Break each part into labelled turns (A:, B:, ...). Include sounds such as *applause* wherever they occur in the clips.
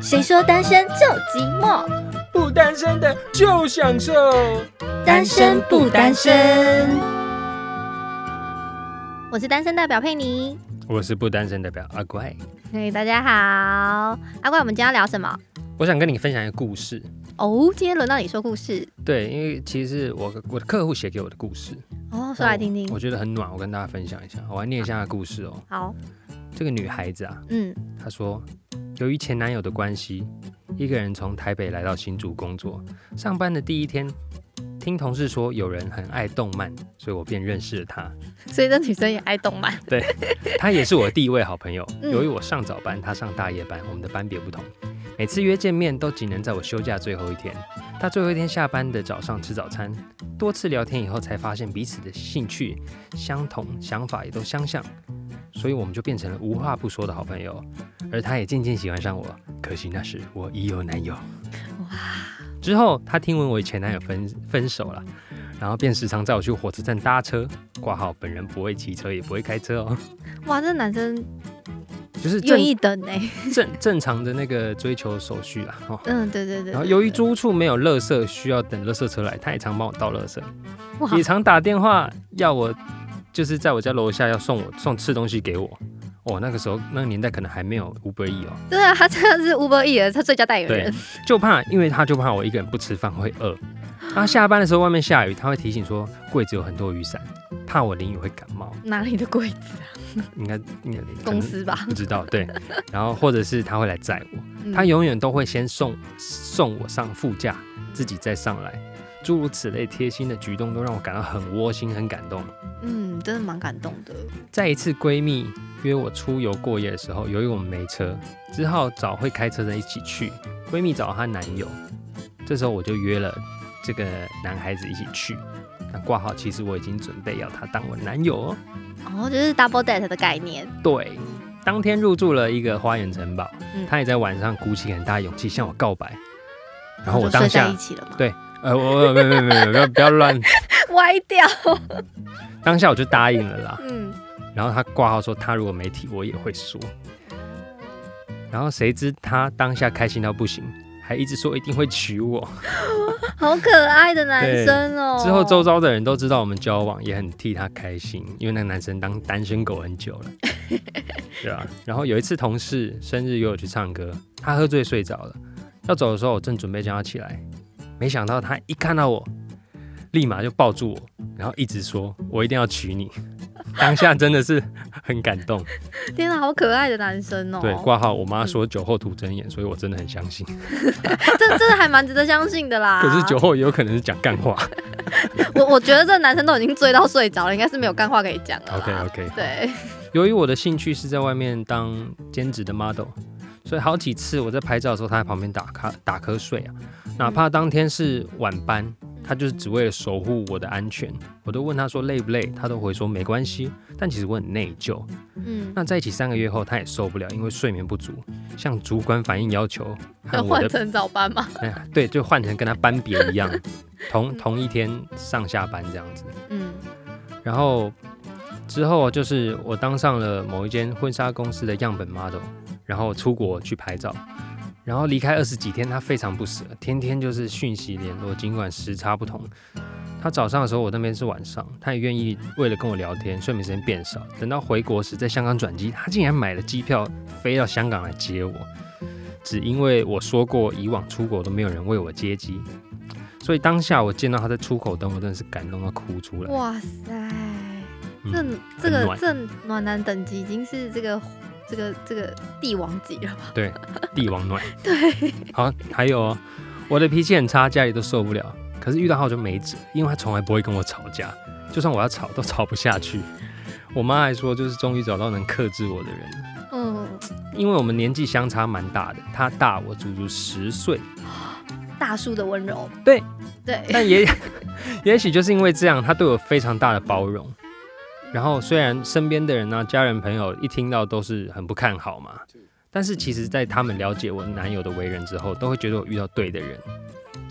A: 谁说单身就寂寞？
B: 不单身的就享受。
A: 单身不单身？
C: 我是单身代表佩妮。
B: 我是不单身代表阿怪，
C: 嘿，大家好，阿怪，我们今天要聊什么？
B: 我想跟你分享一个故事。
C: 哦，今天轮到你说故事
B: 对，因为其实是我我的客户写给我的故事，
C: 哦，说来听听。
B: 我觉得很暖，我跟大家分享一下。我来念一下她的故事哦。
C: 好，
B: 这个女孩子啊，
C: 嗯，
B: 她说，由于前男友的关系，一个人从台北来到新竹工作。上班的第一天，听同事说有人很爱动漫，所以我便认识了她。
C: 所以这女生也爱动漫，
B: 他也是我第一位好朋友。
C: 嗯
B: 由于我上早班，他上大夜班，我们的班别不同，每次约见面都只能在我休假最后一天。他最后一天下班的早上吃早餐，多次聊天以后才发现彼此的兴趣相同，想法也都相像，所以我们就变成了无话不说的好朋友。而他也渐渐喜欢上我，可惜那时我已有男友。之后，他听闻我与前男友分分手了，然后便时常载我去火车站搭车。挂号，本人不会骑车，也不会开车哦。
C: 哇，这男生
B: 就是正
C: 愿意等哎、
B: 正正常的那个追求手续啦，哦。
C: 嗯，对对对
B: 然后
C: 对
B: 由于租屋处没有垃圾，需要等垃圾车来，他也常帮我倒垃圾，
C: 哇，
B: 也常打电话要我，就是在我家楼下要送我送吃东西给我。哦，那个时候那个年代可能还没有 Uber E 哦，
C: 对啊，他真的是 Uber E 的，他最佳代言
B: 对
C: 人。，
B: 就怕因为他就怕我一个人不吃饭会饿。然后下班的时候外面下雨，他会提醒说柜子有很多雨伞，怕我淋雨会感冒。
C: 哪里的柜子啊？
B: 应该应该可能
C: 公司吧。
B: 不知道对，然后或者是他会来载我。
C: 嗯
B: 他永远都会先送送我上副驾，自己再上来，诸如此类贴心的举动都让我感到很窝心、很感动。
C: 嗯，真的蛮感动的。
B: 在一次闺蜜约我出游过夜的时候，由于我们没车，只好找会开车的一起去。闺蜜找她男友，这时候我就约了这个男孩子一起去。那挂号，其实我已经准备要他当我男友哦。
C: 哦，就是 double date 的概念。
B: 对，当天入住了一个花园城堡，
C: 嗯
B: 他也在晚上鼓起很大勇气向我告白。然后我
C: 就
B: 当
C: 睡在
B: 下
C: 一起了嘛，
B: 对呃，我我没有没有没有没有，不要乱。
C: 歪掉。
B: 当下我就答应了啦。
C: 嗯，
B: 然后他挂号说，他如果没提，我也会说。然后谁知他当下开心到不行，还一直说一定会娶我。
C: 好可爱的男生哦。
B: 之后周遭的人都知道我们交往，也很替他开心，因为那个男生当单身狗很久
C: *laughs*
B: 了，对啊。然后有一次同事生日约我去唱歌，他喝醉睡着了，要走的时候我正准备叫他起来，没想到他一看到我，立马就抱住我，然后一直说我一定要
C: *laughs*
B: 娶你。当下真的是很感动，
C: 天哪，好可爱的男生哦。
B: 对，挂号我妈说酒后吐真言，所以我真的很相信。
C: 这这还蛮值得相信的啦。
B: *laughs* 可是酒，后也有可能是讲干话。
C: *laughs* 我我觉得这男生都已经醉到睡着了，应该是没有干话可以讲了啦。
B: OK OK，
C: 对，
B: 由于我的兴趣是在外面当兼职的 model，所以好几次我在拍照的时候，他在旁边打瞌打瞌睡啊。哪怕当天是晚班，他就是只为了守护我的安全。我都问他说累不累，他都回说没关系。但其实我很内疚。
C: 嗯，
B: 那在一起三个月后，他也受不了，因为睡眠不足，向主管反映要求和
C: 要
B: 我
C: 换
B: 的
C: 成早班嘛。
B: 哎呀，对，就换成跟他班别一样，同同一天上下班这样子。
C: 嗯，
B: 然后之后就是我当上了某一间婚纱公司的样本 model，然后出国去拍照，然后离开二十几天，他非常不舍，天天就是讯息联络，尽管时差不同。他早上的时候，我那边是晚上，他也愿意为了跟我聊天，睡眠时间变少。等到回国时，在香港转机，他竟然买了机票飞到香港来接我，只因为我说过以往出国都没有人为我接机，所以当下我见到他在出口等我，真的是感动到哭出来。
C: 哇塞，
B: 嗯
C: 这这
B: 很
C: 个
B: 暖
C: 这暖男等级已经是这个这个这个帝王级了吧？
B: 对，帝王暖。对，好，还有哦，我的脾气很差，家里都受不了。可是遇到他我就没辙，因为他从来不会跟我吵架，就算我要吵都吵不下去。我妈还说，就是终于找到能克制我的人了，
C: 嗯，
B: 因为我们年纪相差蛮大的，他大我足足十岁，
C: 大叔的温柔。
B: 对
C: 对，
B: 但也也许就是因为这样，他对我非常大的包容。然后虽然身边的人呢、家人朋友一听到都是很不看好嘛，但是其实，在他们了解我男友的为人之后，都会觉得我遇到对的人。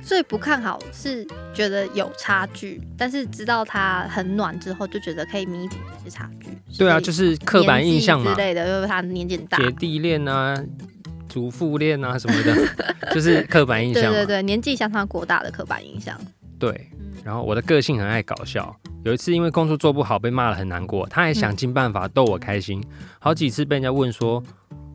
C: 所以不看好是觉得有差距，但是知道它很暖之后，就觉得可以弥补这些差距。
B: 对啊，就是是刻板印象嘛
C: 之，类的，因为他年纪很大，
B: 姐弟恋啊、祖父恋啊什么的， *laughs* 就是刻板印
C: 对
B: 象嘛。
C: 对对，年纪相差过大的刻板印象。
B: 对
C: 嗯
B: 然后我的个性很爱搞笑，有一次因为工作做不好被骂了很难过，他还想尽办法逗我开心，好几次被人家问说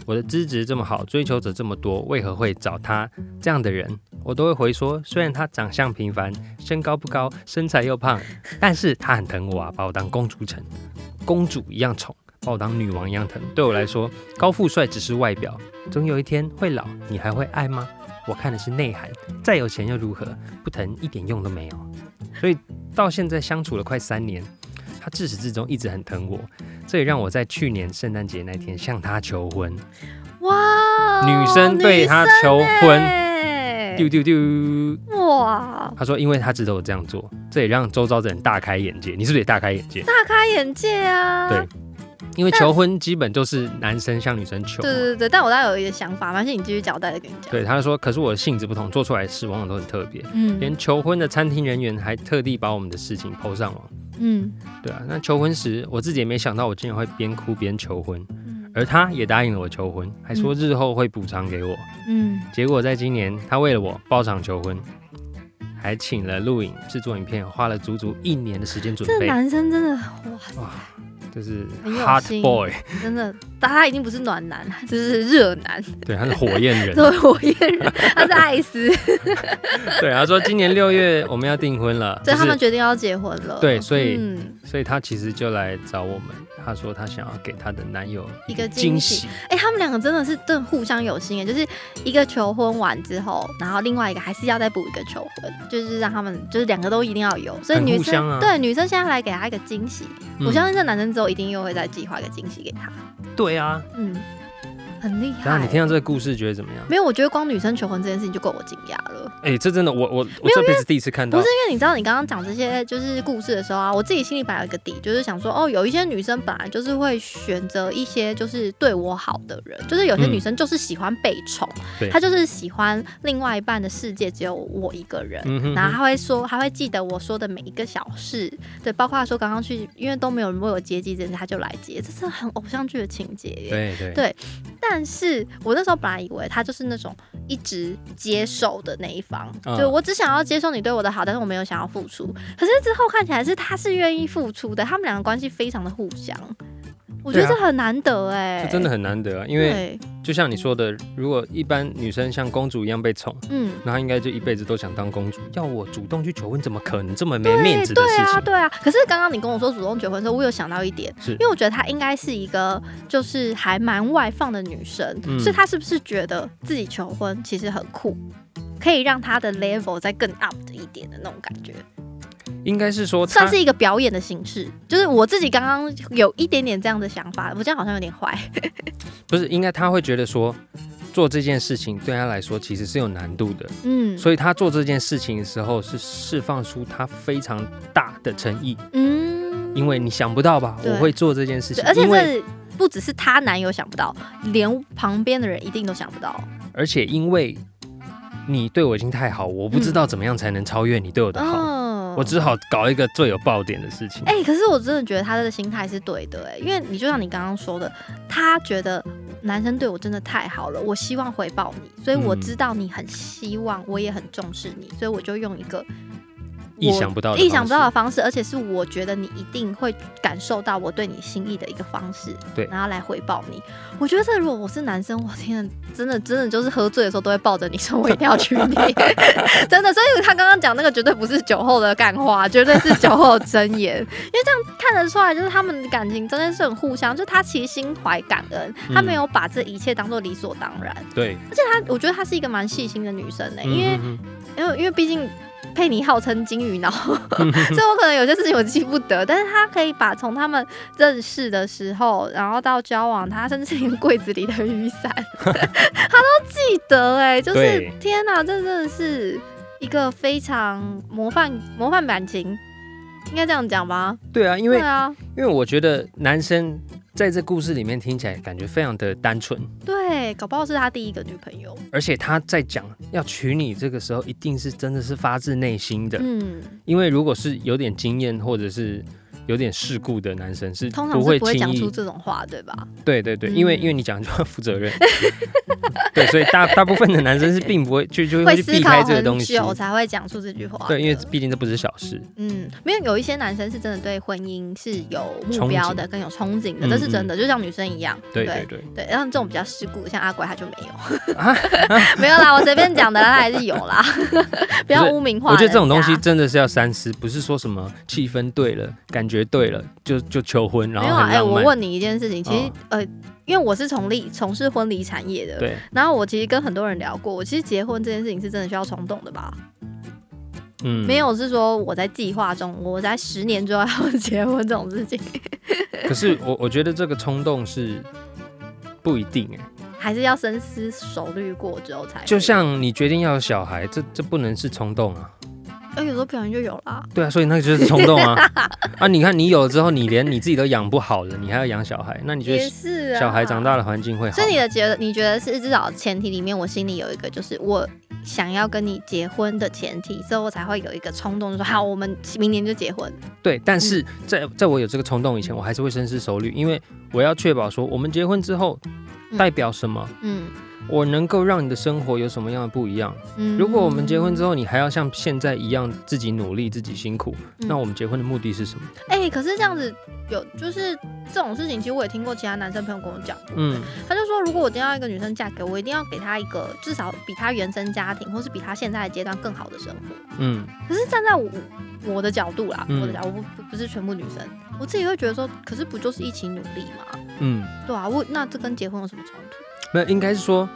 B: 我的资质这么好，追求者这么多，为何会找他这样的人？我都会回说，虽然他长相平凡，身高不高，身材又胖，但是他很疼我啊，把我当公主宠， *laughs* 公主一样宠，把我当女王一样疼。对我来说，高富帅只是外表，总有一天会老，你还会爱吗？我看的是内涵，再有钱又如何？不疼一点用都没有。所以到现在相处了快三年，他自始至终一直很疼我，这也让我在去年圣诞节那天向他求婚。
C: 哇，
B: 女生对他求婚丢
C: 婚，
B: 丢丢！
C: 哇，
B: 他说，因为他知道我这样做，这也让周遭的人大开眼界。你是不是也大开眼
C: *laughs*
B: 界？
C: 大开眼界啊！
B: 对因为求婚基本就是男生向女生求嘛。
C: 对对对，但我大概有一个想法，反正你继续交代再跟你讲。
B: 对，他就说，可是我的性质不同，做出来的事往往都很特别。连
C: 嗯
B: 求婚的餐厅人员还特地把我们的事情 PO 上网。
C: 嗯
B: 对啊，那求婚时我自己也没想到，我竟然会边哭边求婚，
C: 嗯
B: 而他也答应了我求婚，还说日后会补偿给我。
C: 嗯，
B: 结果在今年，他为了我包场求婚，还请了录影制作影片，花了足足一年的时间准
C: 这
B: 备。
C: 男生真的哇塞，
B: 就是
C: 很有
B: hot
C: 心
B: boy，
C: 真的，他他已经不是暖男，他就是热男，
B: 对，他是火焰人。
C: 作为火
B: *laughs*
C: 焰人，他是艾斯，
B: 对，他说今年六月我们要订婚了，
C: 所以他
B: 就
C: 们
B: 是
C: 决定要结婚了。
B: 对所以
C: 嗯，
B: 所以他其实就来找我们，他说他想要给他的男友
C: 一个
B: 惊
C: 惊喜。哎、他们两个真的是真的互相有心哎，就是一个求婚完之后，然后另外一个还是要再补一个求婚，就是让他们就是两个都一定要有，所以
B: 很
C: 女
B: 互
C: 生
B: 相、啊
C: 对女生现在来给他一个惊喜，我
B: 嗯
C: 相信这男生之后一定又会再计划一个惊喜给他，
B: 对啊，
C: 嗯，很厉
B: 然后
C: 害
B: 你。听到这个故事觉得怎么样？
C: 没有，我觉得光女生求婚这件事情就够我惊讶了。
B: 哎、这真的我我我这辈子第一次看到
C: 不是，因为你知道，你刚刚讲这些就是故事的时候啊，我自己心里本来有一个底，就是想说，哦，有一些女生本来就是会选择一些就是对我好的人，就是有些
B: 嗯
C: 女生就是喜欢被宠，
B: 对
C: 她就是喜欢另外一半的世界只有我一个人。
B: 嗯哼
C: 然后
B: 哼
C: 她会说，她会记得我说的每一个小事，对，包括说刚刚去，因为都没有人为我接机这件事，她就来接，这是很偶像剧的情节耶。
B: 对对
C: 对但是我那时候本来以为他就是那种一直接受的那一方，
B: 嗯
C: 就我只想要接受你对我的好，但是我没有想要付出。可是之后看起来是他是愿意付出的，他们两个关系非常的互相，我觉得
B: 对啊
C: 这很难得哎、
B: 这真的很难得啊，因为
C: 对，
B: 就像你说的，如果一般女生像公主一样被宠，
C: 嗯。
B: 那她应该就一辈子都想当公主。要我主动去求婚，怎么可能这么没
C: 对
B: 面子的事
C: 对啊，
B: 情？
C: 对啊。可是刚刚你跟我说主动结婚的时候，我有想到一点，
B: 是
C: 因为我觉得她应该是一个就是还蛮外放的女生，
B: 嗯
C: 所以她是不是觉得自己求婚其实很酷，可以让她的 level 再更 up 的一点的那种感觉？
B: 应该是说她
C: 算是一个表演的形式，就是我自己刚刚有一点点这样的想法，我这样好像有点坏。
B: 不是，应该他会觉得说，做这件事情对他来说其实是有难度的，
C: 嗯，
B: 所以他做这件事情的时候是释放出他非常大的诚意，
C: 嗯，
B: 因为你想不到吧，
C: 对
B: 我会做这件事情
C: 对，而且
B: 因为
C: 这不只是她男友想不到，连旁边的人一定都想不到。
B: 而且因为你对我已经太好，我不知道怎么样才能超越你对我的好，
C: 嗯
B: 我只好搞一个最有爆点的事情。
C: 哎、可是我真的觉得他的心态是对的、哎，因为你就像你刚刚说的，他觉得男生对我真的太好了，我希望回报你，所以我
B: 嗯
C: 知道你很希望，我也很重视你，所以我就用一个
B: 意
C: 我
B: 想不到的
C: 意想不到
B: 方
C: 的方式，而且是我觉得你一定会感受到我对你心意的一个方式，
B: 对
C: 然后来回报你。我觉得这如果我是男生，我天啊，真的真的就是喝醉的时候都会抱着你说我一定要娶
B: *laughs*
C: 你，真的。所以他刚刚讲那个绝对不是酒后的干话，绝对是酒后的真言，因为这样看得出来，就是他们的感情真的是很互相，就他其实心怀感恩，他
B: 嗯
C: 没有把这一切当做理所当然。
B: 式对，
C: 他我觉得她是一个蛮细心的女生呢、因为。
B: 嗯嗯嗯
C: 因为因为毕竟佩妮号称金鱼
B: *laughs*
C: 脑， *laughs* 所以我可能有些事情我记不得，但是他可以把从他们认识的时候，然后到交往，他甚至连柜子里的雨伞， *laughs* 他都记得哎、就是
B: 对
C: 天哪、这真的是一个非常模范模范感情，应该这样讲吧？
B: 对啊，因
C: 对
B: 为
C: 啊，
B: 因为我觉得男生在这故事里面听起来感觉非常的单纯，
C: 对，搞不好是他第一个女朋友。
B: 而且他在讲要娶你这个时候，一定是真的是发自内心的，
C: 嗯，
B: 因为如果是有点经验或者是有点世故的男生是
C: 通
B: 不
C: 常是
B: 会
C: 不会
B: 轻
C: 讲
B: 易
C: 出这种话，对吧？
B: 对对对，
C: 嗯
B: 因为因为你讲就要负责任， *laughs* 对，所以大大部分的男生是并不会就就
C: 会
B: 去
C: 思
B: 避
C: 考
B: 开这个
C: 很
B: 东西，
C: 久才会讲出这句话的。
B: 对，因为毕竟这不是小事，
C: 嗯，没有有一些男生是真的对婚姻是有目
B: 憧
C: 标
B: 憬
C: 的，跟有憧憬的，
B: 嗯
C: 这是真的，就像女生一样。
B: 对对
C: 对
B: 对，
C: 对，像这种比较世故的，像阿鬼他就没有，
B: *laughs*
C: 没有啦，我随便讲的啦，他还是有啦，不要污名化。
B: 我觉得这种东西。真的是要三思，不是说什么气氛对了，感觉对了就就求婚，然
C: 没有
B: 后
C: 啊，
B: 很
C: 哎、
B: 浪
C: 我
B: 漫，
C: 问你一件事情，其实、
B: 哦
C: 呃，因为我是从立从事婚礼产业的，
B: 对，
C: 然后我其实跟很多人聊过，我其实结婚这件事情是真的需要冲动的吧？
B: 嗯，
C: 没。有是说我在计划中，我在十年之后要结婚这种事情，
B: 可是我我觉得这个冲动是不一定哎、
C: 还是要深思熟虑过之后才会。
B: 就像你决定要有小孩，这这不能是冲动啊。
C: 哎、有时候不小心就有啦。
B: 对啊，所以那个就是冲动
C: *laughs*
B: 啊啊！你看你有了之后，你连你自己都养不好了，你还要养小孩，那你觉
C: 也
B: 得
C: 是、啊，
B: 小孩长大了环境会好
C: 所以你
B: 吗？
C: 的觉得，你觉得是至少前提里面，我心里有一个，就是我想要跟你结婚的前提，之后我才会有一个冲动，就说好，我们明年就结婚。
B: 对，但是在在我有这个冲动以前，我还是会深思熟虑，因为我要确保说我们结婚之后
C: 嗯
B: 代表什么，
C: 嗯
B: 我能够让你的生活有什么样的不一样。
C: 嗯
B: 如果我们结婚之后你还要像现在一样自己努力、自己辛苦，
C: 嗯
B: 那我们结婚的目的是什么？
C: 哎、可是这样子有就是这种事情，其实我也听过其他男生朋友跟我讲过，
B: 嗯，
C: 他就说，如果我一定要一个女生嫁给我，我一定要给她一个至少比她原生家庭或是比她现在的阶段更好的生活。
B: 嗯，
C: 可是站在我我的角度啦，
B: 嗯
C: 我的角度我不不是全部女生，我自己会觉得说，可是不就是一起努力吗？
B: 嗯，
C: 对啊，我那这跟结婚有什么冲突？
B: 没有，应该是说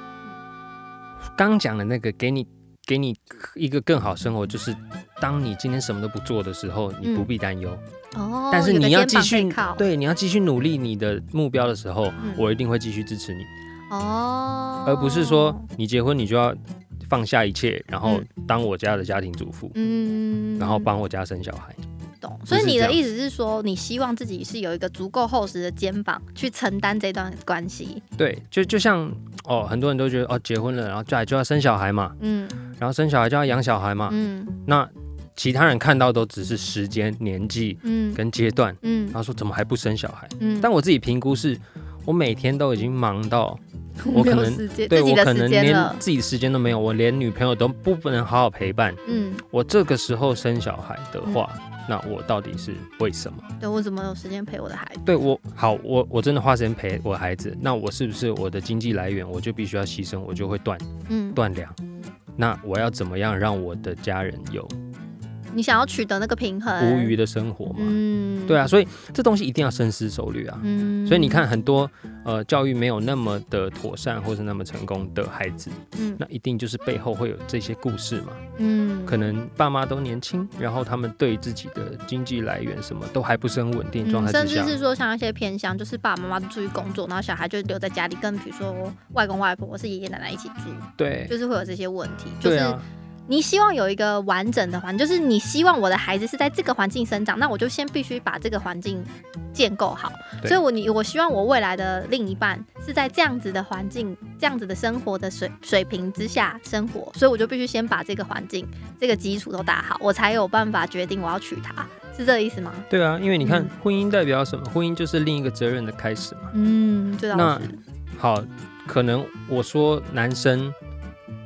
B: 刚讲的那个给你给你一个更好生活，就是当你今天什么都不做的时候，你不必担忧。
C: 嗯哦，
B: 但是你
C: 有
B: 要
C: 个肩
B: 继
C: 膀可以
B: 续
C: 靠
B: 对，你要继续努力你的目标的时候，
C: 嗯
B: 我一定会继续支持你，
C: 哦，
B: 而不是说你结婚你就要放下一切，然后
C: 嗯
B: 当我家的家庭主妇，
C: 嗯，
B: 然后帮我家生小孩。
C: 懂。
B: 是
C: 所以你
B: 这
C: 的
B: 样
C: 意思是说，你希望自己是有一个足够厚实的肩膀去承担这段关系？
B: 对，就就像哦，很多人都觉得哦，结婚了，然后就就要生小孩嘛，
C: 嗯
B: 然后生小孩就要养小孩嘛。
C: 嗯
B: 那其他人看到都只是时间、年纪
C: 嗯
B: 跟阶段，
C: 嗯
B: 他说怎么还不生小孩？
C: 嗯，
B: 但我自己评估是，我每天都已经忙到，
C: 嗯没
B: 我可
C: 有
B: 能
C: 时间
B: 对
C: 自己
B: 我可
C: 的
B: 能
C: 时间
B: 连
C: 了。
B: 自己时间都没有，我连女朋友都不不能好好陪伴。
C: 嗯，
B: 我这个时候生小孩的话，那我到底是为什么？
C: 对我怎么有时间陪我的孩子？
B: 对我好，我我真的花时间陪我孩子，那我是不是我的经济来源我就必须要牺牲，我就会断
C: 嗯，
B: 断粮？那我要怎么样让我的家人有
C: 你想要取得那个平衡，
B: 无余的生活嘛？
C: 呃嗯，
B: 对啊，，所以这东西一定要深思熟虑啊。
C: 嗯，
B: 所以你看，，很多呃教育没有那么的妥善或是那么成功的孩子，
C: 嗯
B: 那一定就是背后会有这些故事嘛。
C: 嗯，
B: 可能爸妈都年轻，然后他们对自己的经济来源什么都还不是很稳定状
C: 嗯，
B: 态
C: 甚
B: 之
C: 至
B: 下，
C: 是说像一些偏乡，就是爸爸妈妈都出去工作，然后小孩就留在家里，跟比如说外公外婆或是爷爷奶奶一起住，
B: 对
C: 就是会有这些问题。就
B: 对
C: 是
B: 啊，
C: 你希望有一个完整的环，就是你希望我的孩子是在这个环境生长，那我就先必须把这个环境建构好。
B: 对
C: 所以我你我希望我未来的另一半是在这样子的环境、这样子的生活的水水平之下生活，所以我就必须先把这个环境、这个基础都打好，我才有办法决定我要娶她，是这个意思吗？
B: 对啊，因为你看
C: 嗯
B: 婚姻代表什么？婚姻就是另一个责任的开始嘛。
C: 嗯，这倒
B: 那
C: 是。
B: 好，可能我说男生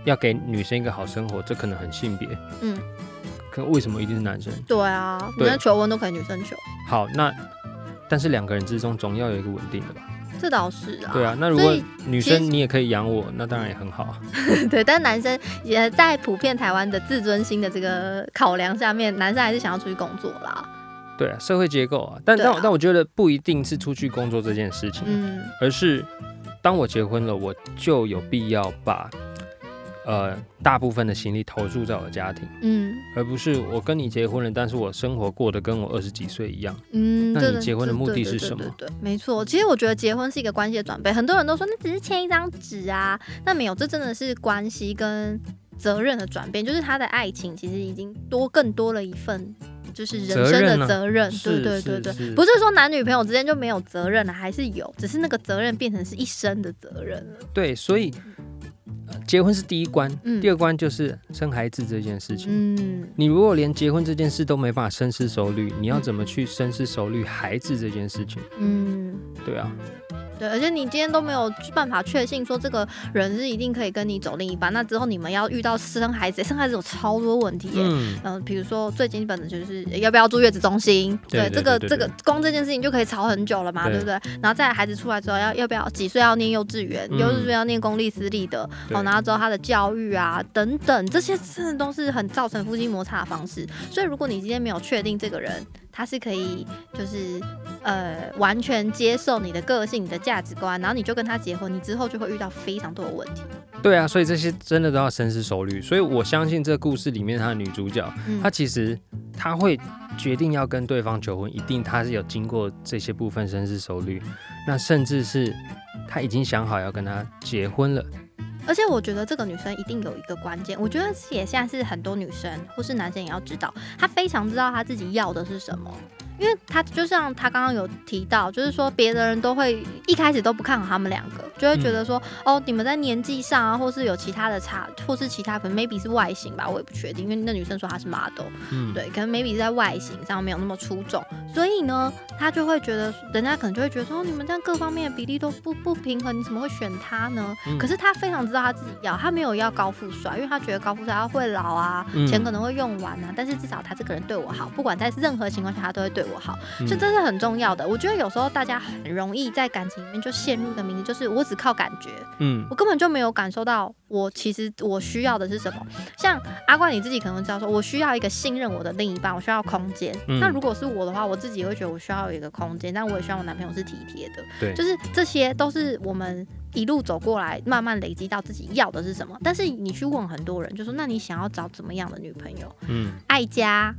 B: 要给女生一个好生活，这可能很性别，
C: 嗯，
B: 可为什么一定是男生？
C: 对啊，
B: 对
C: 女生求婚都可以，女生求，
B: 好，那但是两个人之中总要有一个稳定的吧。
C: 这倒是啊。
B: 对啊，那如
C: 所
B: 果
C: 以
B: 女
C: 其实
B: 生你也可以养我，那当然也很好啊。
C: *laughs* 对，但男生也在普遍台湾的自尊心的这个考量下面，男生还是想要出去工作啦。
B: 对啊，社会结构啊，但
C: 对啊
B: 但我但我觉得不一定是出去工作这件事情，啊
C: 嗯
B: 而是当我结婚了，我就有必要把呃大部分的心力投注在我的家庭，
C: 嗯
B: 而不是我跟你结婚了，但是我生活过得跟我二十几岁一样。
C: 嗯。
B: 那
C: 这
B: 你
C: 个
B: 结婚的
C: 这
B: 目的
C: 对
B: 是
C: 对
B: 什
C: 对
B: 么
C: 对对没错。其实我觉得结婚是一个关系的转变，很多人都说那只是签一张纸啊，那没有，这真的是关系跟责任的转变，就是他的爱情其实已经多更多了一份就是人生的
B: 责啊
C: 责任，
B: 是
C: 嗯对对
B: 是
C: 对
B: 是
C: 对，不是说男女朋友之间就没有责任了，还是有，只是那个责任变成是一生的责任了。
B: 对，所以、呃结婚是第一关，
C: 嗯
B: 第二关就是生孩子这件事情。
C: 嗯，
B: 你如果连结婚这件事都没办法深思熟虑，你要怎么去深思熟虑孩子这件事情？
C: 嗯，
B: 对啊，
C: 对，而且你今天都没有办法确信说这个人是一定可以跟你走另一半，那之后你们要遇到生孩子，生孩子有超多问题耶。嗯
B: 嗯，
C: 比如说最基本的就是要不要住月子中心，
B: 对对
C: 这个
B: 对
C: 这
B: 对
C: 个光这件事情就可以吵很久了嘛，
B: 对
C: 对不对？然后再来孩子出来之后要要不要几岁要念幼稚园，
B: 嗯
C: 幼稚园要念公立私立的，
B: 对
C: 哦，然后之后他的教育啊等等，这些真的都是很造成夫妻摩擦的方式。所以如果你今天没有确定这个人他是可以就是呃完全接受你的个性、你的价值观，然后你就跟他结婚，你之后就会遇到非常多的问题。
B: 对啊，所以这些真的都要深思熟虑。所以我相信这故事里面她的女主角，
C: 嗯
B: 她其实她会决定要跟对方求婚，一定她是有经过这些部分深思熟虑，那甚至是她已经想好要跟他结婚了。
C: 而且我觉得这个女生一定有一个关键，我觉得也现在是很多女生或是男生也要知道，她非常知道她自己要的是什么。因为她就像她刚刚有提到，就是说别的人都会一开始都不看好他们两个，就会觉得说、哦，你们在年纪上啊，或是有其他的差，或是其他可能 maybe 是外形吧，我也不确定，因为那女生说她是 model，
B: 嗯，
C: 对，可能 maybe 在外形上没有那么出众，所以呢，他就会觉得，人家可能就会觉得说，哦你们这样各方面的比例都不不平衡，你怎么会选他呢？
B: 嗯
C: 可是他非常知道他自己要，他没有要高富帅，因为他觉得高富帅他会老啊，
B: 嗯
C: 钱可能会用完啊，但是至少他这个人对我好，不管在任何情况下他都会对我好，
B: 嗯
C: 所以这是很重要的。我觉得有时候大家很容易在感情里面就陷入一个迷，就是我只靠感觉，
B: 嗯
C: 我根本就没有感受到我其实我需要的是什么。像阿怪你自己可能会知道说，我需要一个信任我的另一半，我需要空间。
B: 嗯
C: 那如果是我的话，我自己也会觉得我需要有一个空间，但我也希望我男朋友是体贴的。
B: 对
C: 就是这些都是我们一路走过来，慢慢累积到自己要的是什么。但是你去问很多人，就说那你想要找怎么样的女朋友？
B: 嗯，
C: 爱家。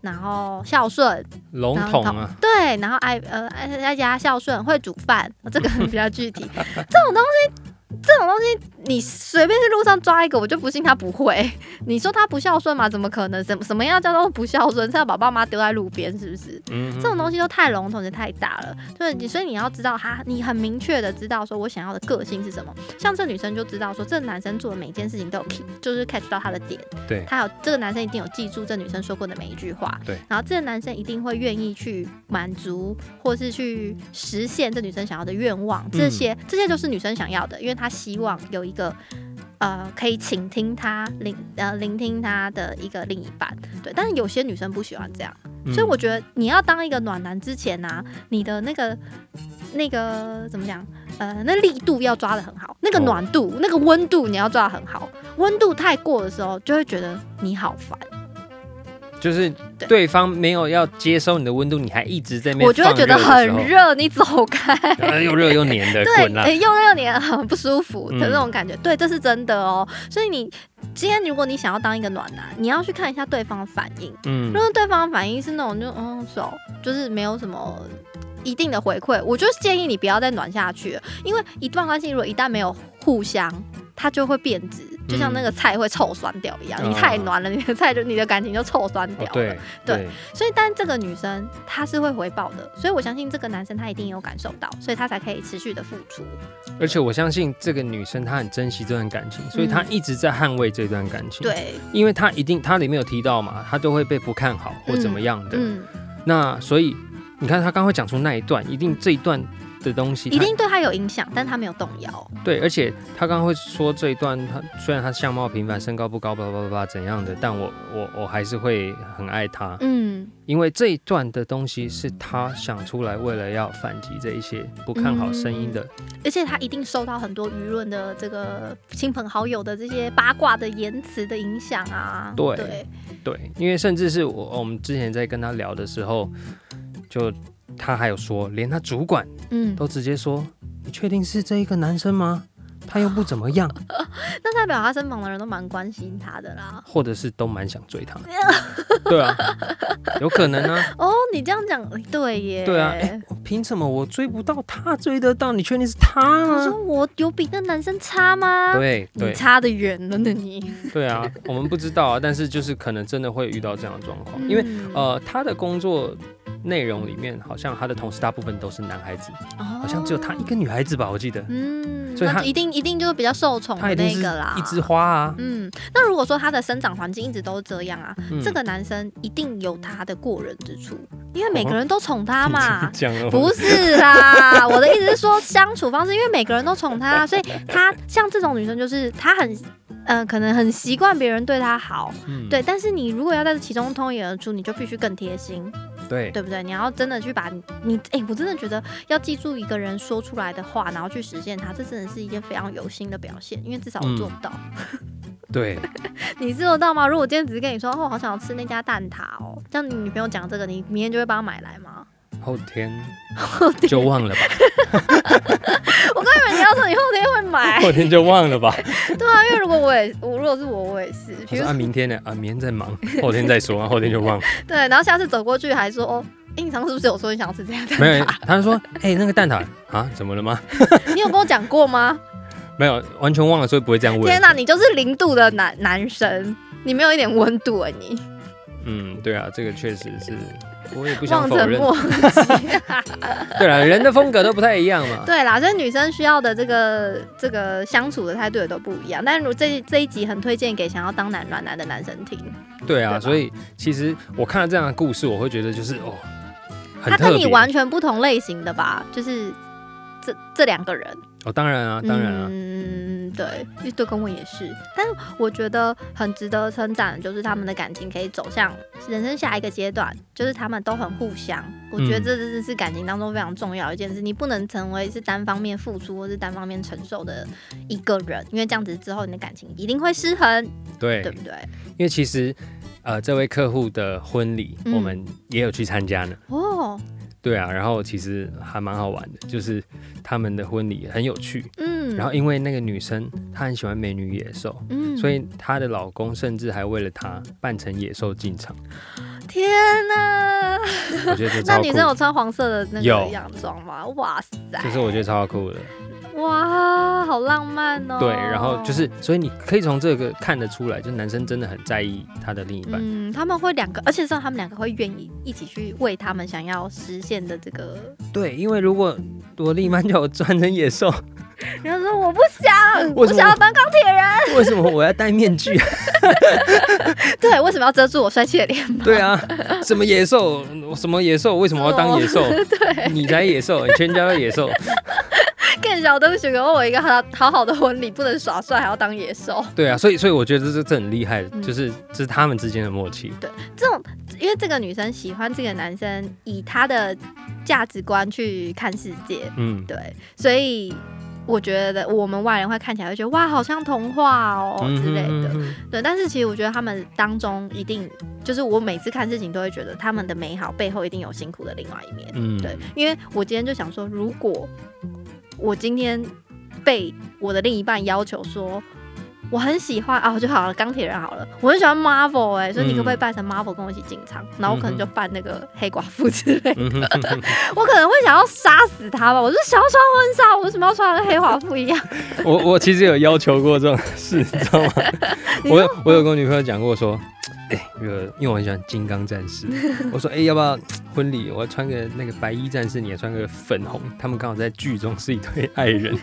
C: 然后孝顺，
B: 笼统啊，
C: 对，然后爱呃爱爱家孝顺，会煮饭，这个比较具体。 *laughs* 这种东西，这种东西，你随便去路上抓一个，我就不信他不会。 *laughs* 你说他不孝顺吗？怎么可能？什么什么样叫做不孝顺？是要把爸妈丢在路边，是不是？
B: 嗯，
C: 这种东西都太笼统，也太大了。对，你所以你要知道他，你很明确的知道说我想要的个性是什么。像这女生就知道说，这男生做的每一件事情都有 key，就是 catch 到他的点。
B: 对
C: 他有这个男生一定有记住这女生说过的每一句话。
B: 对，
C: 然后这个男生一定会愿意去满足，或是去实现这女生想要的愿望。
B: 嗯
C: 这些、这些就是女生想要的，因为她希望有一个。呃，可以倾听她聆呃聆听她的一个另一半，对，但是有些女生不喜欢这样，
B: 嗯
C: 所以我觉得你要当一个暖男之前啊，你的那个那个怎么讲？呃，那力度要抓的很好，那个
B: 哦
C: 暖度、那个温度你要抓的很好。温度太过的时候，就会觉得你好烦。
B: 就是
C: 对
B: 对方没有要接收你的温度，你还一直在那边
C: 我就会
B: 放
C: 觉得
B: 热的时候
C: 很热，你走
B: *laughs*
C: 开。
B: 呃又热又黏的，
C: 对哎
B: 滚，啊啦！
C: 诶又让你很不舒服的
B: 嗯
C: 那种感觉。对，这是真的哦。所以你今天如果你想要当一个暖男，你要去看一下对方的反应。
B: 嗯
C: 如，果对方的反应是那种就嗯走，就是没有什么一定的回馈，我就建议你不要再暖下去了，因为一段关系如果一旦没有互相，它就会变质，就像那个菜会臭酸掉一样，
B: 嗯
C: 你太暖了，你的菜就你的感情就臭酸掉
B: 哦
C: 了。
B: 对
C: 对，所以，但这个女生她是会回报的，所以我相信这个男生他一定有感受到，所以他才可以持续的付出。
B: 而且我相信这个女生她很珍惜这段感情，所以她一直在捍卫这段感情。，
C: 嗯对，
B: 因为她一定，她里面有提到嘛，她都会被不看好或怎么样的。
C: 嗯，
B: 那所以你看，她刚会讲出那一段，一定这一段的东西，
C: 一定对他有影响，但他没有动摇。
B: 她对。而且她刚刚会说这一段，她虽然她相貌平凡，身高不高，叭叭叭叭怎样的，但我我我还是会很爱她，
C: 嗯，
B: 因为这一段的东西是她想出来，为了要反击这一些不看好声音的。
C: 而且他一定受到很多舆论的这个亲朋好友的这些八卦的言辞的影响啊。
B: 对对，因为甚至是我我们之前在跟他聊的时候，就他还有说，连他主管
C: 嗯，
B: 都直接说：“你确定是这一个男生吗？他又不怎么样。”
C: 那代表他身旁的人都蛮关心他的啦。
B: 或者是都蛮想追她。
C: *laughs*
B: 对啊，有可能啊。
C: 哦，你这样讲，对耶，
B: 对啊，哎、凭什么我追不到她，追得到？你确定是她
C: 你
B: 啊
C: 说？我有比那男生差吗？
B: 对
C: 你
B: 对
C: 差得远了呢，你。
B: 对啊，我们不知道啊，但是就是可能真的会遇到这样的状况，因为
C: 嗯，
B: 呃，他的工作内容里面好像他的同事大部分都是男孩子，
C: 好
B: 好像只有他一个女孩子吧，我记得。
C: 嗯，
B: 所以
C: 那
B: 他
C: 就一定一定就是比较受宠
B: 他
C: 的
B: 一定
C: 那
B: 是
C: 个啦。
B: 一枝花啊，
C: 嗯，那如果说他的生长环境一直都这样啊，
B: 嗯。
C: 这个男生一定有他的过人之处，因为每个人都宠他嘛
B: *laughs* 讲了
C: 不是啦，我的意思是说相处方式，因为每个人都宠他，所以他像这种女生就是她很，嗯、可能很习惯别人对她好，
B: 嗯
C: 对。但是你如果要在这其中脱颖而出，你就必须更贴心，
B: 对
C: 对不对？你要真的去把你你哎、我真的觉得要记住一个人说出来的话，然后去实现它，这真的是一件非常有心的表现，因为至少我做
B: 嗯
C: 不到。 *laughs*
B: 对，
C: 你知道到吗？如果我今天只是跟你说，哦，我好想要吃那家蛋挞哦，这样你女朋友讲这个，你明天就会帮她买来吗？ *laughs*
B: 后天就忘了吧，
C: 我刚以啊为你要说 *laughs* 你后天会买，
B: 后天就忘了吧。
C: 对啊，因为如果我也，我如果是我，我也是，
B: *laughs* 他
C: 比
B: 说
C: 如
B: 啊，明天呢？啊，明天再
C: *laughs*
B: 忙，后天再说，啊后天就忘了。
C: 对，然后下次走过去还说，哦，哎，你上次是不是有说你想要吃这家蛋
B: 没有，
C: 挞？
B: 他说，哎，那个蛋挞啊，怎么了吗？
C: *laughs* 你有跟我讲过吗？
B: 没有，完全忘了，所以不会这样问。
C: 天哪，你就是零度的男男生，你没有一点温度哎、你
B: 嗯，对啊，这个确实是，我也不想
C: 望
B: 否
C: 尘
B: 认。
C: 莫及。
B: *laughs*
C: *laughs*
B: 对啊，人的风格都不太一样嘛。
C: 对啦，所以女生需要的这个这个相处的态度也都不一样。但如这这一集很推荐给想要当男软男的男生听，
B: 对
C: 对
B: 啊，
C: 吧
B: 所以其实我看了这样的故事，我会觉得就是哦，很
C: 他
B: 特
C: 跟
B: 别
C: 你。完全不同类型的吧，就是这这两个人。
B: 哦，当然啊，当然啊，
C: 嗯，对，对，跟我也是。但是我觉得很值得称赞，的就是他们的感情可以走向人生下一个阶段，就是他们都很互相。我觉得
B: 嗯
C: 这真的是感情当中非常重要的一件事，你不能成为是单方面付出或是单方面承受的一个人，因为这样子之后你的感情一定会失衡，嗯
B: 对，
C: 对不对？
B: 因为其实呃，这位客户的婚礼
C: 嗯
B: 我们也有去参加呢。
C: 哦，
B: 对啊，然后其实还蛮好玩的，就是他们的婚礼很有趣。
C: 嗯，
B: 然后因为那个女生她很喜欢美女野兽，
C: 嗯
B: 所以她的老公甚至还为了她扮成野兽进场，
C: 天
B: *laughs*
C: 哪，
B: 我觉得
C: *laughs*
B: 这
C: 那
B: 超
C: 女生有
B: 酷，
C: 穿黄色的那个
B: 有
C: 洋装吗？哇塞，
B: 就是我觉得超酷的。
C: 哇，好浪漫哦！
B: 对，然后就是，所以你可以从这个看得出来，就男生真的很在意他的另一半。
C: 嗯，他们会两个，而且是他们两个会愿意一起去为他们想要实现的这
B: *laughs*
C: 个。
B: 对，因为如果我另一半叫我穿成野兽， *laughs*
C: 然后说我不想，我
B: 为什么
C: 想要当钢铁人。
B: 为什么我要戴面
C: *laughs*
B: 具？啊
C: 对，为什么要遮住我帅气的脸？
B: *laughs* 对啊，什么野兽？什么野兽？为什么要当野兽？
C: 哦对，
B: 你才野兽，你全家都野兽。
C: 更小灯许给我一个好好好的婚礼，不能耍帅，还要当野兽。
B: 对啊，所以所以我觉得这这很厉害，
C: 嗯
B: 就是这是他们之间的默契。
C: 这种，因为这个女生喜欢这个男生，以她的价值观去看世界，
B: 嗯，
C: 对，所以。我觉得我们外人会看起来会觉得哇，好像童话哦
B: 嗯
C: 之
B: 哼
C: 类的，
B: 嗯哼
C: 对，但是其实我觉得他们当中一定，就是我每次看事情都会觉得他们的美好背后一定有辛苦的另外一面。
B: 嗯，
C: 对，因为我今天就想说，如果我今天被我的另一半要求说。我很喜欢啊，就好了，钢铁人好了，我很喜欢 Marvel 哎、所以你可不可以
B: 嗯
C: 扮成 Marvel 跟我一起进场？然后我可能就
B: 嗯
C: 扮那个黑寡妇之类的，
B: 嗯哼 *laughs* 哼哼
C: 我可能会想要杀死他吧。我就想要穿婚纱，我为什么要穿得跟黑寡妇一样？
B: 我我其实有要求过这种
C: *laughs*
B: 事，你知道吗？
C: 你
B: 我有我有跟我女朋友讲过说，哎、那个因为我很喜欢金刚战
C: *laughs*
B: 士，我说哎、要不要婚礼我要穿个那个白衣战士，你也穿个粉红，他们刚好在剧中是一对爱
C: *laughs*
B: 人，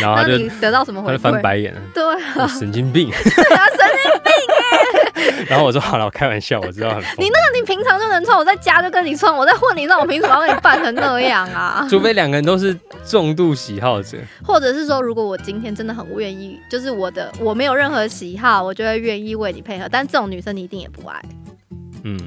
B: 然
C: 然
B: 后他
C: 后
B: 就
C: 你得到什么
B: 他
C: 回
B: 就翻
C: 馈？
B: 白眼了。
C: 对
B: 我
C: *laughs*
B: 神经病，
C: 啊，神
B: *laughs* 然后我说好了，我开玩笑，我知
C: *laughs*
B: 道很疯，？
C: 你平常就能穿，我在家就跟你穿，我在婚礼上我凭什么要跟你扮成那样啊 *laughs*
B: 除非两个人都是重度喜好者，
C: 或者是说，如果我今天真的很愿意，就是我的我没有任何喜好，我就会愿意为你配合。但这种女生你一定也不爱，
B: 嗯，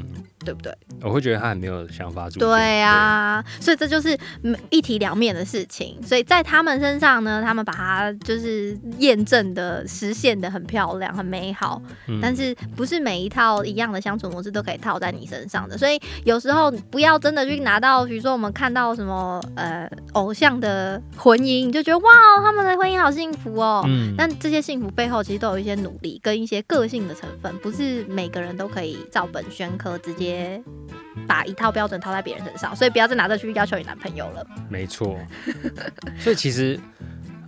C: 对不对？
B: 我会觉得他很没有想法主见。
C: 对啊，所以这就是嗯一体两面的事情。所以在他们身上呢，他们把它就是验证的、实现的很漂亮、很美好。
B: 对，嗯
C: 但是不是每一套一样的相处模式都可以套在你身上的，所以有时候不要真的去拿到，比如说我们看到什么呃偶像的婚姻，你就觉得哇，他们的婚姻好幸福哦。
B: 嗯
C: 但这些幸福背后其实都有一些努力跟一些个性的成分，不是每个人都可以照本宣科直接把一套标准套在别人身上，所以不要再拿这去要求你男朋友了。
B: 没错， *laughs* 所以其实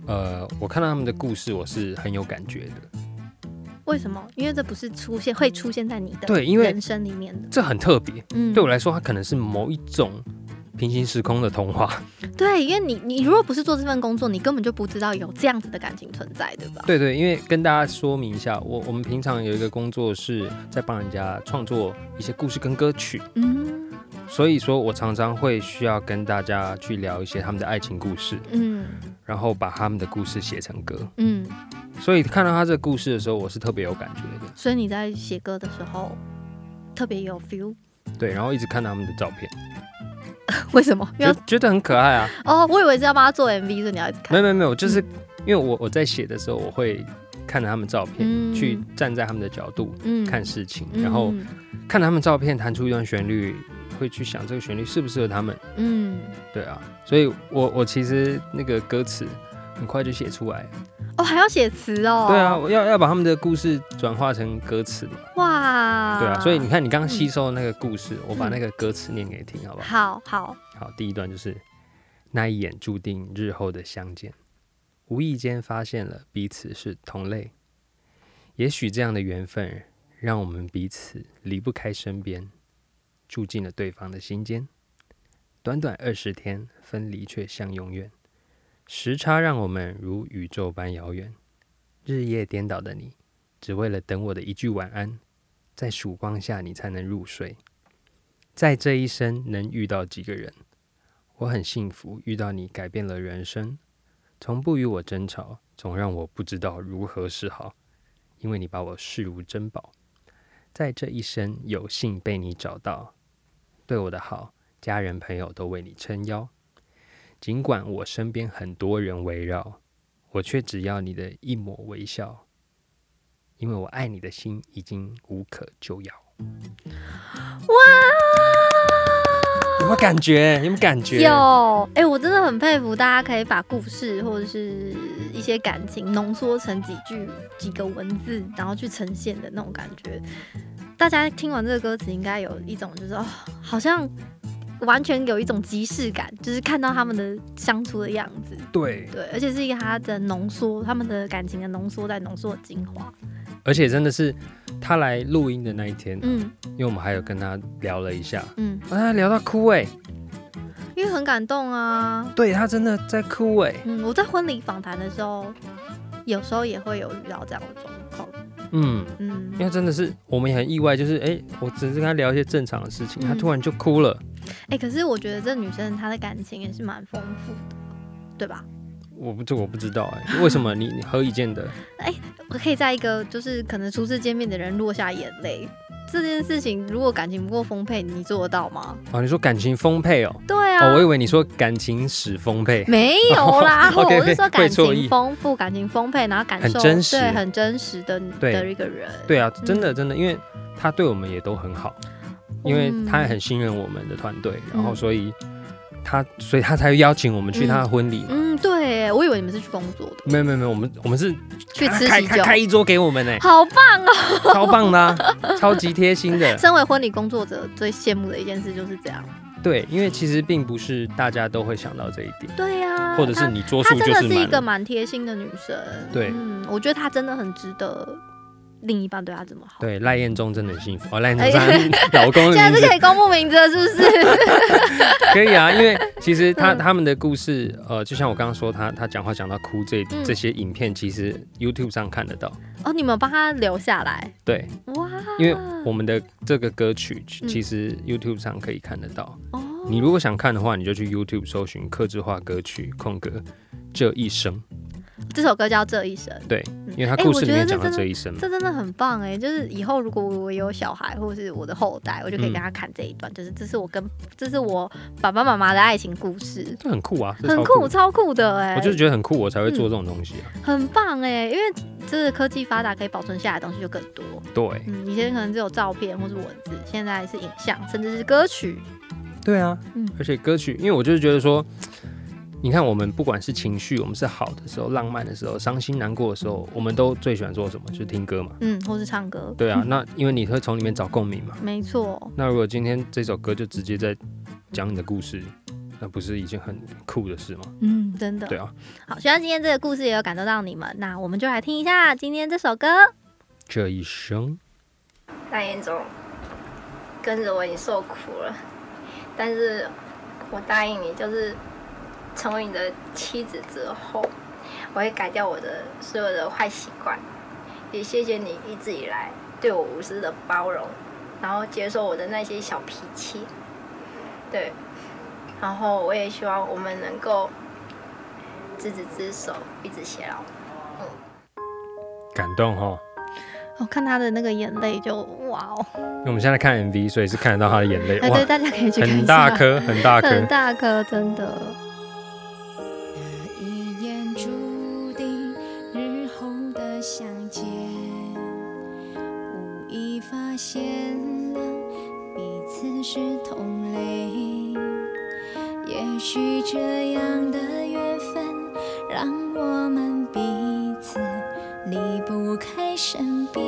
B: 呃，我看到他们的故事，我是很有感觉的。
C: 为什么？因为这不是出现会出现在你的
B: 对因为
C: 人生里面的。
B: 这很特别，
C: 嗯
B: 对我来说，它可能是某一种平行时空的童
C: *laughs*
B: 话。
C: 对，因为你你如果不是做这份工作，你根本就不知道有这样子的感情存在，对吧？
B: 对对，因为跟大家说明一下，我我们平常有一个工作是在帮人家创作一些故事跟歌曲，
C: 嗯
B: 所以说我常常会需要跟大家去聊一些他们的爱情故事，
C: 嗯
B: 然后把他们的故事写成歌。
C: 嗯，
B: 所以看到他这个故事的时候，我是特别有感觉的。
C: 所以你在写歌的时候特别有 feel， *laughs*
B: 对，然后一直看他们的照片，
C: 为什么？因为
B: 就觉得很可爱啊。
C: 哦，我以为是要帮他做 MV，所以你要一直
B: 没
C: 看嗯
B: 有。没有没有，就是因为我我在写的时候，我会看着他们照片，
C: 嗯
B: 去站在他们的角度
C: 嗯
B: 看事情，
C: 嗯
B: 然后看他们照片弹出一段旋律，会去想这个旋律适不适合他们。
C: 嗯，
B: 对啊，所以我我其实那个歌词很快就写出来。
C: 哦，还要写词哦。
B: 对啊，，我要要把他们的故事转化成歌词嘛。
C: 哇，
B: 对啊，所以你看你刚
C: 嗯
B: 刚吸收的那个故事，我把那个歌词念给你听，好不好？
C: 好好，
B: 好，第一段就是那一眼注定日后的相见，无意间发现了彼此是同类。也许这样的缘分，让我们彼此离不开身边，住进了对方的心间。短短二十天，分离却像永远，时差让我们如宇宙般遥远。日夜颠倒的你，只为了等我的一句晚安，在曙光下你才能入睡。在这一生能遇到几个人？我很幸福，遇到你改变了人生，从不与我争吵，总让我不知道如何是好，因为你把我视如珍宝。在这一生有幸被你找到，对我的好，家人朋友都为你撑腰。尽管我身边很多人围绕，我却只要你的一抹微笑，因为我爱你的心已经无可救药。
C: 哇，
B: 有没有感觉？有没有感觉？
C: 有，哎、我真的很佩服大家可以把故事或者是一些感情浓缩成几句、几个文字，然后去呈现的那种感觉。大家听完这个歌词，应该有一种就是哦，好像完全有一种即视感，就是看到他们的相处的样子。
B: 对，
C: 对，而且是一个他的浓缩，他们的感情的浓缩在浓缩的精华。
B: 而且真的是他来录音的那一天，
C: 嗯
B: 因为我们还有跟他聊了一下，
C: 嗯，
B: 啊，他聊到哭哎、
C: 因为很感动啊。
B: 对他真的在哭哎、
C: 嗯，我在婚礼访谈的时候，有时候也会有遇到这样的状况。
B: 嗯，
C: 嗯，
B: 因为真的是我们也很意外，就是哎、我只是跟他聊一些正常的事情，
C: 嗯
B: 他突然就哭了。
C: 哎、可是我觉得这女生她的感情也是蛮丰富的，对吧？
B: 我不这我不知道哎、为什么你你何以见得？
C: 我可以在一个就是可能初次见面的人落下眼泪，这件事情如果感情不够丰沛，你做得到吗？
B: 哦，你说感情丰沛哦，
C: 对啊，嗯
B: 哦，我以为你说感情史丰沛，，
C: 没有啦
B: OK，OK，
C: *laughs*
B: *laughs*
C: 我是说
B: 会
C: 感
B: 错意
C: 情丰富、感情丰沛，然后感受
B: 很真实
C: 对，很真实的
B: 对
C: 的一个人。
B: 对啊，真的真的，因为他对我们也都很好，因为他也很信任我们的团队，然后
C: 嗯
B: 所以他所以他才邀请我们去他的婚礼嘛。
C: 嗯，对，我以为你们是去工作的，
B: 没有没有没有，我们我们是
C: 去吃
B: 开
C: 喜
B: 开
C: 酒，，
B: 开一桌给我们呢
C: *laughs* 好棒！
B: 超棒的啊、超级贴心的。
C: 身为婚礼工作者，最羡慕的一件事就是这样。
B: 对，因为其实并不是大家都会想到这一点，
C: 对呀、
B: 或者是
C: 她
B: 你桌
C: 她
B: 数
C: 真
B: 就
C: 的
B: 是
C: 是一
B: 满
C: 个
B: 了。
C: 蛮贴心的女生。
B: 对
C: 嗯，我觉得她真的很值得另一半对她这么好。
B: 对，赖彦宗真的很幸
C: *laughs*
B: 福哦，赖彦
C: 哎
B: 宗是她老公的
C: 现在
B: 名
C: 是
B: 字
C: 可以公布名字了，是不是？ *laughs*
B: 可以啊，因为其实他
C: 嗯
B: 他们的故事，呃，就像我刚刚说，他他讲话讲到哭这
C: 嗯
B: 这些影片，其实 YouTube 上看得到。
C: 哦，你们帮她留下来，
B: 对，
C: 哇！
B: 因为我们的这个歌曲
C: 嗯
B: 其实 YouTube 上可以看得到。
C: 哦，
B: 你如果想看的话，你就去 YouTube 搜寻“克制化歌曲空格这一生
C: 这首歌叫《这一生》，
B: 对，
C: 嗯
B: 因为他
C: 哎
B: 故
C: 我
B: 事里
C: 觉得
B: 面
C: 这
B: 讲到
C: 真的
B: 这一生嘛，
C: 这真的很棒哎、就是以后如果我有小孩或者是我的后代，我就可以
B: 嗯
C: 给他看这一段，就是这是我跟这是我爸爸妈妈的爱情故事，
B: 这很酷啊，这
C: 很
B: 超
C: 酷，
B: 酷的。
C: 超酷的哎、
B: 我就是觉得很酷，我才会做这种东西啊。
C: 很棒哎、因为这个科技发达，可以保存下来的东西就更多。
B: 对，
C: 嗯，以前可能只有照片或是文字，现在是影像，甚至是歌曲。
B: 对啊，
C: 嗯
B: 而且歌曲，因为我就是觉得说，你看我们不管是情绪，我们是好的时候、浪漫的时候、伤心难过的时候，我们都最喜欢做什么？就是听歌嘛。
C: 嗯，或是唱歌。
B: 对啊，那因为你会从里面找共鸣嘛。
C: 没错，
B: 那如果今天这首歌就直接在讲你的故事，那不是已经很酷的事吗？
C: 嗯，真的。
B: 对啊，
C: 好，希望今天这个故事也有感动到你们。那我们就来听一下今天这首歌。
B: 这一生
D: 那一种跟着我已经受苦了，但是我答应你，就是成为你的妻子之后，我会改掉我的所有的坏习惯，也谢谢你一直以来对我无私的包容，然后接受我的那些小脾气，对，然后我也希望我们能够执子之手，与子偕老。
B: 感动哈。
C: 我、哦看他的那个眼泪就哇哦，
B: 因为我们现在看 MV，所以是看得到他的眼泪，
C: 哎，
B: 哇
C: 对，，大家可以去看一
B: 很
C: 下，
B: 大颗，很大
C: 很
B: 颗。
C: 大颗，真的。
E: 那一眼注定日后的相见，无意发现了彼此是同类。也许这样的缘分，让我们彼此离不开身边，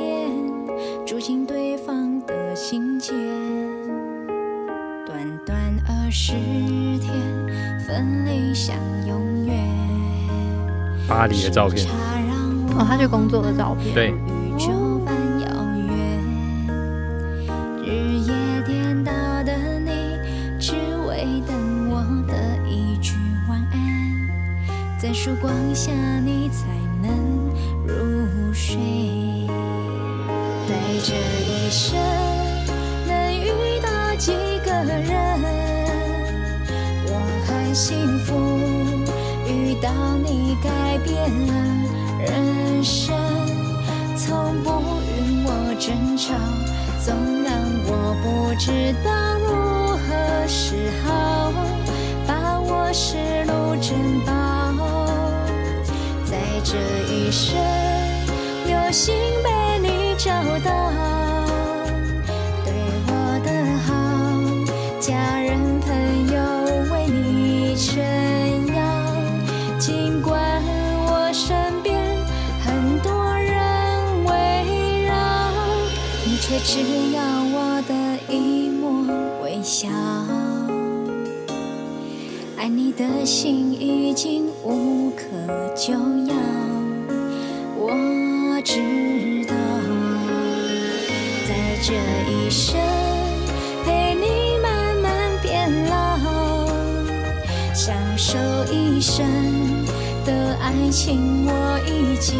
E: 住进对方的心间。短短二十天。分离像永远。
B: 巴黎的照片
E: 时，差让我
C: 哦，他去工作的照片。
B: 对，
E: 宇宙般遥远，日夜颠倒的你，只为等我的一句晚安，在曙光下你才能入睡。在这一生，能遇到几个人，我很幸福，遇到你改变了人生。从不与我争吵，纵然我不知道如何是好，把握是路珍宝。在这一生，有幸被你找到，对我的好，家人朋友为你撑腰，尽管我身边。很多人围绕，你却只要我的一抹微笑。爱你的心已经无可救药，我知道，在这一生陪你慢慢变老，享受一生的爱情我已经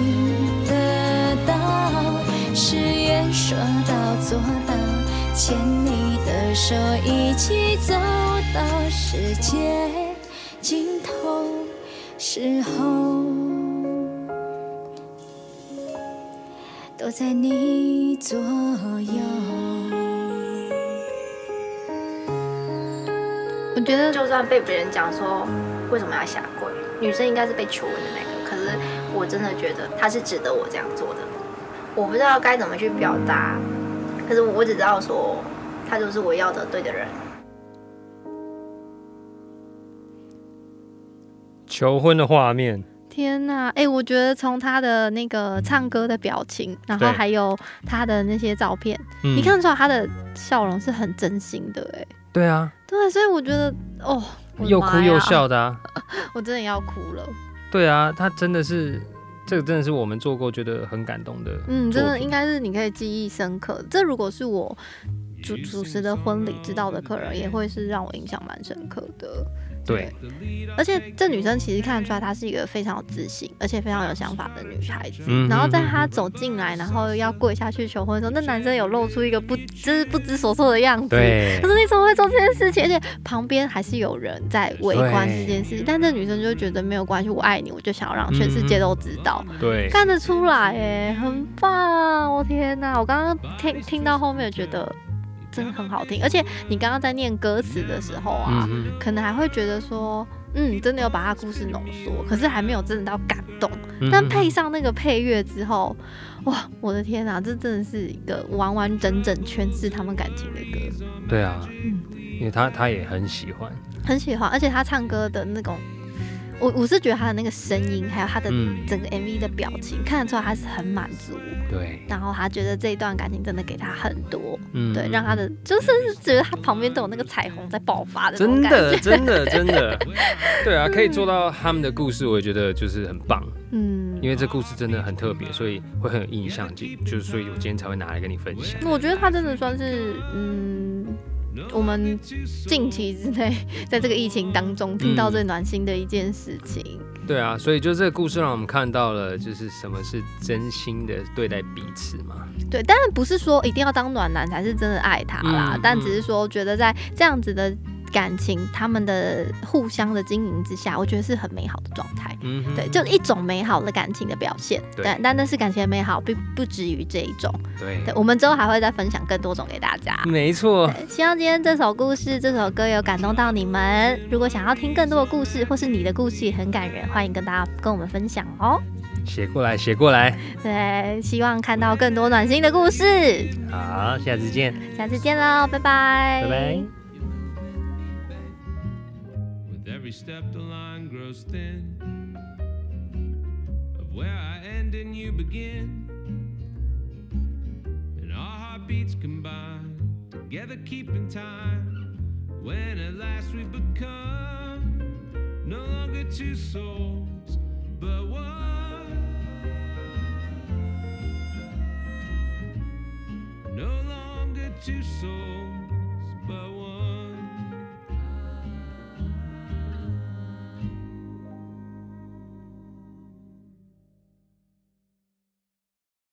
E: 得到，誓言说到做到，牵你的手一起走到世界尽头时候，都在你左右。
C: 我觉得
D: 就算被别人讲说为什么要下跪，女生应该是被求婚的那个，可是我真的觉得她是值得我这样做的。我不知道该怎么去表达，可是我只知道说，他就是我要的对的人。
B: 求婚的画面，
C: 天呐，哎、我觉得从他的那个唱歌的表情，然后
B: 对
C: 还有他的那些照片，
B: 嗯
C: 你看，得出来他的笑容是很真心的、哎，
B: 对啊，
C: 对，所以我觉得，哦，我的
B: 又
C: 妈
B: 哭
C: 呀
B: 又，笑的啊，
C: 我真的要哭了。
B: 对啊，他真的是，这个真的是我们做过觉得很感动的作品，
C: 嗯，真的应该是你可以记忆深刻。这如果是我主主持的婚礼知道的客人，也会是让我印象蛮深刻的。
B: 对，
C: 而且这女生其实看得出来，她是一个非常有自信，而且非常有想法的女孩子。
B: 嗯
C: 然后在
B: 嗯嗯
C: 她走进来，然后要跪下去求婚的时候，那男生有露出一个不知不知所措的样子。 *laughs*
B: 对
C: 可，是你怎么会做这件事情？而且旁边还是有人在围观
B: 对
C: 这件事情，但这女生就觉得没有关系，我爱你，我就想要让全世界都知道，
B: 嗯对，
C: 看得出来哎，很棒！我天哪，我刚刚听听到后面觉得真的很好听，而且你刚刚在念歌词的时候啊，
B: 嗯
C: 可能还会觉得说，嗯，真的有把它故事浓缩，可是还没有真的到感动。
B: 嗯
C: 但
B: 嗯
C: 配上那个配乐之后，哇，我的天啊哪，这真的是一个完完整整诠释他们感情的歌。
B: 对啊，
C: 嗯
B: 因为他他也很喜欢，
C: 很喜欢，而且他唱歌的那种，我我是觉得他的那个声音，还有他的
B: 嗯
C: 整个 MV 的表情，看得出来他是很满足，
B: 对，
C: 然后他觉得这一段感情真的给他很多，
B: 嗯
C: 对，让他的就是觉得他旁边都有那个彩虹在爆发的那
B: 真
C: 种感觉，
B: 的真的真 *laughs* 的，对啊，可以做到他们的故事，我也觉得就是很棒，
C: 嗯，
B: 因为这故事真的很特别，所以会很有印象，就就是所以我今天才会拿来跟你分享。
C: 我觉得他真的算是嗯。我们近期之内，在这个疫情当中听
B: 嗯
C: 到最暖心的一件事情，
B: 对啊，所以就这个故事让我们看到了，就是什么是真心的对待彼此嘛。
C: 对，当然不是说一定要当暖男才是真的爱他啦，
B: 嗯
C: 但只是说觉得在这样子的感情，他们的互相的经营之下，我觉得是很美好的状态。
B: 嗯哼，
C: 对，就一种美好的感情的表现，
B: 对
C: 但但那是感情的美好，并不止于这一种。
B: 对
C: 对，我们之后还会再分享更多种给大家。
B: 没错，
C: 对希望今天这首故事、这首歌有感动到你们。如果想要听更多的故事，或是你的故事也很感人，欢迎跟大家跟我们分享哦。
B: 写过来，写过来。
C: 对，希望看到更多暖心的故事。
B: 好，下次见，
C: 下次见喽，拜拜，
B: 拜拜。
F: With every step, the line grows thin of where I end and you begin. And our heartbeats combine, together keeping time. When at last we become no longer two souls, but one. No longer two souls, but one.